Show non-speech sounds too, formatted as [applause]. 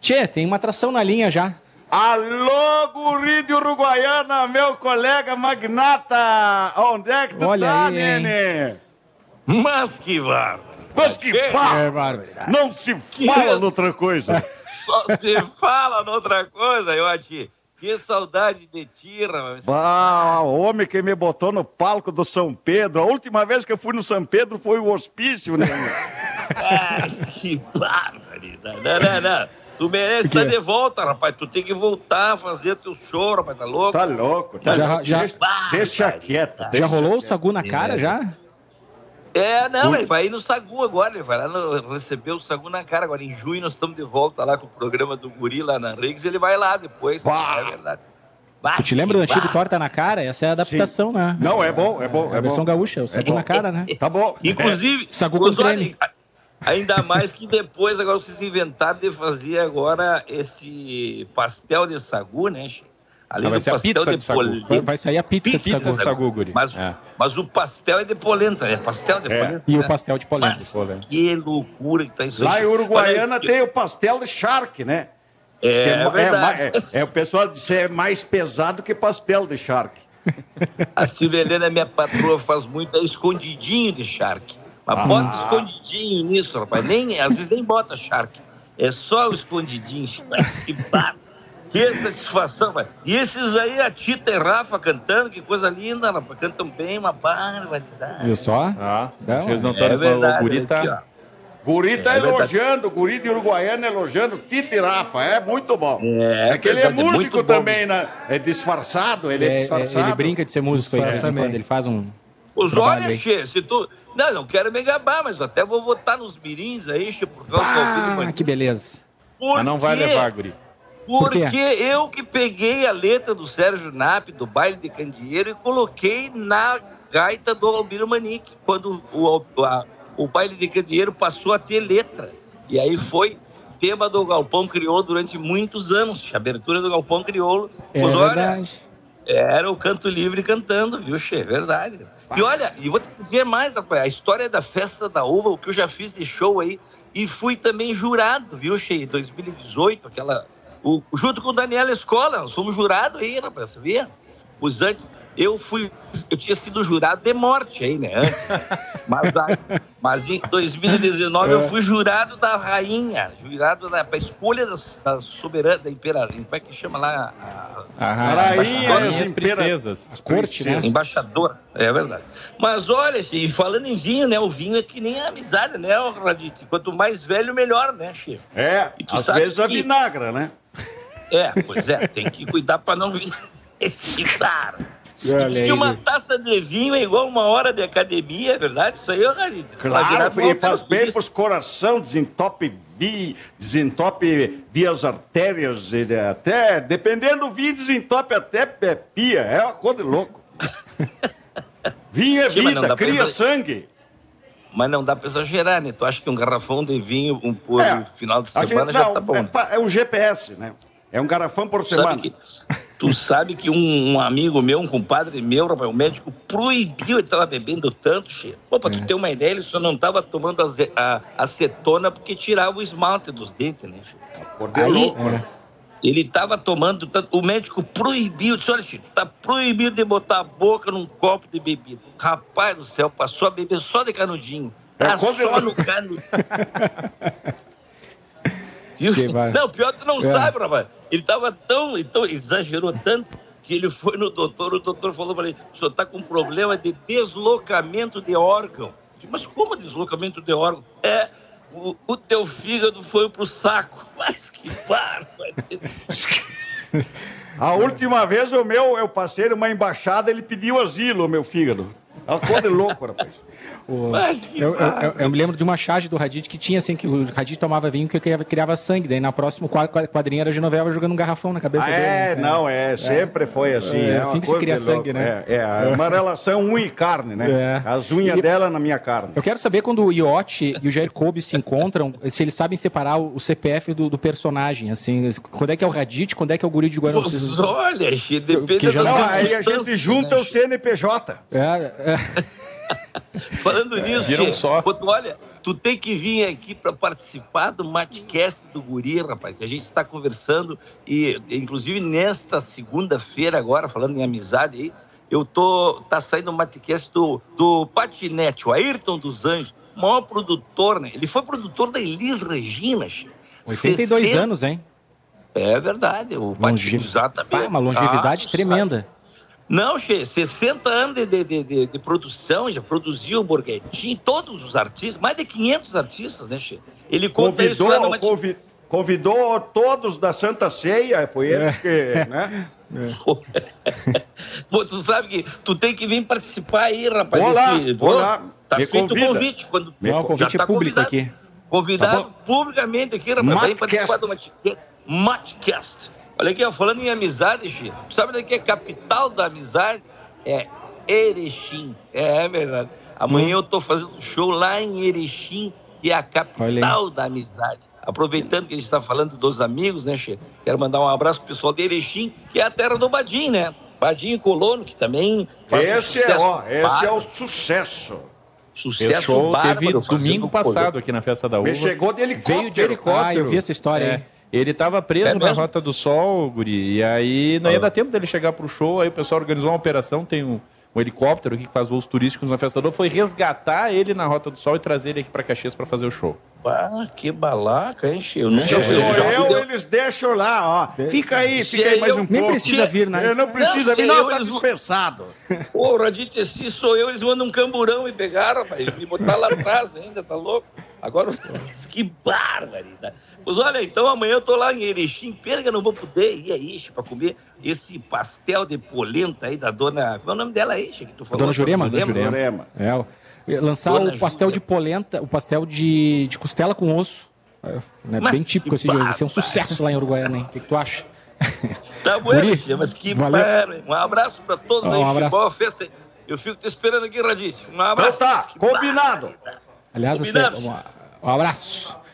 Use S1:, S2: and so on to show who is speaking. S1: Tchê, tem uma atração na linha já.
S2: Alô, guri de Uruguaiana, meu colega magnata! Onde é que tu
S1: Olha
S2: tá,
S1: aí, hein?
S2: Nene?
S3: Mas que var.
S2: Mas que
S3: É,
S2: pá!
S1: bárbaro.
S2: Não se
S3: Que
S2: fala
S3: isso?
S2: noutra [laughs] coisa.
S3: Só
S1: [laughs]
S3: se fala noutra coisa, eu aqui. Que saudade de tira, mas
S2: Ah, o homem que me botou no palco do São Pedro. A última vez que eu fui no São Pedro foi o hospício, né?
S3: Ai, que barbaridade. Não, não, não. Tu merece estar de volta, rapaz. Tu tem que voltar a fazer teu show, rapaz. Tá louco?
S2: [laughs] Tá louco. Tá
S1: Já- já-
S2: deixa, deixa quieto.
S1: Já
S2: deixa
S1: rolou o
S2: quieto.
S1: sagu na cara já?
S3: É, não, ele vai ir no Sagu agora. Ele vai lá no- receber o Sagu na cara. Agora, em junho, nós estamos de volta lá com o programa do Guri lá na Riggs. Ele vai lá depois.
S2: Bah!
S3: É verdade. Bah,
S1: Tu te lembra do
S3: que
S1: antigo
S3: bah.
S1: Torta na Cara? Essa é a adaptação, né?
S2: Não, é bom, é bom,
S1: a
S2: é
S1: versão
S2: bom.
S1: gaúcha, o sagu
S2: bom.
S1: na cara, né?
S2: Tá bom.
S3: Inclusive,
S1: Sagu com
S3: mas olha,
S1: creme.
S3: a- ainda mais que depois agora vocês inventaram de fazer agora esse pastel de sagu, né? che? Além
S4: Ah, vai
S3: do
S4: ser a
S3: pastel
S4: pizza
S3: de,
S4: de sagu.
S1: Vai-
S3: polenta.
S1: Vai sair a pizza, de
S3: Pizza
S1: sagu.
S3: de sagu.
S4: Sagu, guri.
S3: Mas,
S4: É.
S3: mas o pastel é de polenta, é pastel de
S2: É.
S3: polenta.
S1: E
S3: né?
S1: o pastel de polenta.
S3: Mas
S4: polenta.
S3: que loucura que tá isso
S2: Lá
S3: aí.
S2: em Uruguaiana
S3: Olha,
S2: tem o pastel de charque, né?
S3: É,
S2: Diz que ma-
S3: verdade.
S2: ma- é- é, o pessoal disse é mais pesado que pastel de charque.
S3: A Silvelena, minha patroa, faz muito é escondidinho de charque.
S4: Ah.
S3: Mas bota escondidinho nisso, rapaz. Nem, às vezes nem bota charque. É só o escondidinho. Mas que barba. Que satisfação, rapaz. E esses aí, a Tita e Rafa cantando, que coisa linda, rapaz. Cantam bem, uma barbaridade.
S1: Viu só?
S2: um
S4: Ah,
S1: Não,
S4: eles não
S3: É
S4: estão
S3: verdade,
S4: o guri tá-
S3: aqui, ó.
S2: Guri tá
S3: É verdade.
S2: elogiando, guri de Uruguaiana elogiando Tita e Rafa, é muito bom.
S3: É,
S2: que ele é
S3: verdade, muito
S2: músico
S3: bom.
S2: também, né? É disfarçado, ele é,
S1: É, é,
S2: disfarçado.
S1: ele brinca de ser músico aí, de vez em quando. Ele faz um.
S3: Os
S1: Trabalho,
S3: olha,
S1: hein?
S3: Che, se tu. Não, não quero me gabar, mas eu até vou votar nos mirins aí, Che, por causa do Alvino
S1: Ah,
S3: Bandido.
S1: que beleza.
S3: Por
S4: Mas não vai
S3: quê?
S4: levar, guri.
S1: Por quê?
S3: Porque eu que peguei a letra do Sérgio Nap, do baile de candeeiro, e coloquei na gaita do Albino Manique, quando o, Al- a- o baile de candeeiro passou a ter letra. E aí foi tema do Galpão Crioulo durante muitos anos. A abertura do Galpão Crioulo.
S1: É
S3: Mas olha,
S1: verdade.
S3: era o canto livre cantando, viu, Che? É Verdade. E olha, e vou te dizer mais, rapaz, a história da festa da uva, o que eu já fiz de show aí, e fui também jurado, viu, Che? Em 2018, aquela. o- junto com o Daniela Escola, nós fomos jurados aí, rapaz, sabia? Os antes. Eu fui. Eu tinha sido jurado de morte aí, né? Antes. Mas, a- mas em 2019 eu fui jurado da rainha, jurado da pra escolha da, da soberana, da imperatriz. Como é que chama lá? a-
S4: Ah,
S2: Era aí,
S4: embaixadora
S2: era
S4: e as
S2: impera-
S4: princesas.
S1: A corte, né?
S3: Embaixador, é verdade. Mas olha, Chico, e falando em vinho, né? O vinho é que nem a amizade, né, Raditz? Quanto mais velho, melhor, né, Chico?
S2: É,
S3: E tu
S2: às
S3: sabe
S2: vezes a
S3: que-
S2: vinagra, né?
S3: É, pois é, tem que cuidar pra não vir [laughs] esse cara.
S1: Olha
S3: Diz
S1: aí.
S3: que uma taça de vinho é igual uma hora de academia, é verdade? Isso aí, ô, Raditz?
S2: Claro, e faz bem pros coração, desentope vi, desentope vias artérias, e até, dependendo do vinho, desentope até pe- pia, é uma coisa de
S3: [laughs]
S2: louco. Vinho é
S3: Sim, mas não
S2: vida,
S3: dá pra
S2: cria
S3: exa-
S2: sangue.
S3: Mas não dá pra exagerar, né? Tu acha que um garrafão de vinho um por
S2: É,
S3: final de
S2: A
S3: semana
S2: gente,
S3: já
S2: não,
S3: tá bom,
S2: é,
S3: né?
S2: pa- é um GPS, né? É um garrafão por
S3: Tu sabe
S2: semana.
S3: que- tu sabe que um, um amigo meu, um compadre meu, rapaz, o médico proibiu, ele estava bebendo tanto, cheio. Pô,
S2: É.
S3: pra tu ter uma ideia, ele só não estava tomando aze- a, acetona porque tirava o esmalte dos dentes, né, cheio?
S2: Acordei
S3: Aí,
S2: louco, né?
S3: ele estava tomando tanto, o médico proibiu, disse, olha, Chico, tu tá proibido de botar a boca num copo de bebida. Rapaz do céu, passou a beber só de canudinho.
S2: É,
S3: Tá
S2: quando
S3: só
S2: eu-
S1: [laughs]
S3: no canudinho. Viu?
S1: Que bar-
S3: Não, pior que tu não
S1: É.
S3: sabe, rapaz. Ele tava tão, então, ele exagerou tanto que ele foi no doutor, o doutor falou para ele, o senhor tá com problema de deslocamento de órgão. Eu disse, Mas como deslocamento de órgão? É, o, o teu fígado foi pro saco. [laughs] Mas que barba! né?
S2: A última vez o meu, eu passei numa embaixada, ele pediu asilo, o meu fígado. É uma coisa de louco, rapaz.
S1: O-
S3: Mas que
S1: eu, eu-
S3: barba.
S1: eu- eu me lembro de uma charge do Radit que tinha assim, que o Radit tomava vinho que criava, criava sangue. Daí na próxima qua- qua- quadrinha era a Genoveva jogando um garrafão na cabeça
S2: Ah,
S1: dele.
S2: é,
S1: né?
S2: não, é, sempre foi assim.
S1: É,
S2: É,
S1: assim
S2: uma
S1: que se
S2: coisa
S1: cria
S2: de louco,
S1: sangue, né?
S2: É, é, uma relação unha e carne, né?
S1: É.
S2: As unhas
S1: E-
S2: dela na minha carne.
S1: Eu quero saber quando o Iotti e o Jair Kobe se encontram, se eles sabem separar o o CPF do, do personagem, assim. Quando é que é o Radit, quando é que é o guri de Guarani? Vocês-
S3: Pois olha, Xê,
S1: Que
S3: depende
S1: já
S3: da
S2: Não, aí a gente
S3: circunstância,
S2: junta
S3: né?
S2: o CNPJ.
S1: É, é.
S3: Falando nisso,
S4: viram
S3: Xê,
S4: só.
S3: quando olha, Tu tem que vir aqui para participar do Matcast do Guri, rapaz. A gente está conversando e, inclusive, nesta segunda-feira agora, falando em amizade aí, eu tô tá saindo um matcast do, do Patinete, o Ayrton dos Anjos, maior produtor, né? Ele foi produtor da Elis Regina, che.
S1: 82 60... anos, hein?
S3: É verdade, o
S1: Longev...
S3: exatamente.
S1: Ah, uma longevidade ah, tremenda. Sabe?
S3: Não, che, 60 anos de, de, de, de produção, já produziu o Borghetti, todos os artistas, mais de 500 artistas, né, che? Ele
S2: convidou, numa... convi... convidou todos da Santa Ceia, foi ele que, né?
S3: É. Pô, tu sabe que tu tem que vir participar aí, rapaz.
S2: Olá, desse... olá.
S3: Tá Me feito o convite. Quando...
S1: Não, o convite é tá público
S3: convidado,
S1: aqui.
S3: Convidado tá publicamente aqui, rapaz. Matcast. Vem participar do Matcast. Matcast. Olha aqui, ó, falando em amizade, Chico. Sabe onde é que é a capital da amizade? É Erechim. É, é verdade. Amanhã hum. eu tô fazendo um show lá em Erechim, que é a capital da amizade aproveitando que a gente está falando dos amigos, né, Che? Quero mandar um abraço pro pessoal de Erechim, que é a terra do Badim, né? Badim Colono, que também
S2: [laughs] faz esse um sucesso. É, ó, esse é o sucesso.
S3: Sucesso show bárbaro. Teve
S1: domingo passado aqui na Festa da Uva. Ele
S2: chegou de helicóptero.
S1: Veio de helicóptero. Ah, eu vi essa história, é. Aí.
S4: Ele estava preso é na Rota do Sol, Guri, e aí não ia ah. dar tempo dele chegar pro show, aí o pessoal organizou uma operação, tem um, um helicóptero que faz voos turísticos na Festa da Uva, foi resgatar ele na Rota do Sol e trazer ele aqui para Caxias para fazer o show.
S3: Ah, que balaca, hein, Chico?
S2: Não eu, eu, eles deixam lá, ó. Fica aí, se fica aí mais um pouco.
S1: Nem precisa vir, né?
S2: Eu não precisa vir, não, eu, tá dispensado.
S3: Pô, Radite, se sou eu, eles mandam um camburão e pegaram, rapaz, e me botar lá atrás ainda, tá louco? Agora, [laughs] que barbaridade. Pois olha, então amanhã eu tô lá em Erechim, perga, não vou poder ir aí, para comer esse pastel de polenta aí da dona... Qual é o nome dela aí, Chico, que tu falou?
S1: Dona Jurema?
S3: Dona
S1: Jurema. Jurema. É, lançar Dona o pastel Júlia. de polenta, o pastel de, de costela com osso. É mas bem típico esse jogo. Vai ser um sucesso lá em Uruguaiana, hein? O que, que, tu acha?
S3: Tá bom, bueno, mas que barba. Um abraço para todos aí, um abraço. Boa festa. Eu fico te
S2: tá,
S3: esperando aqui, Radite. Um abraço.
S2: Então tá, combinado.
S1: Barra. Aliás, assim, um, um abraço.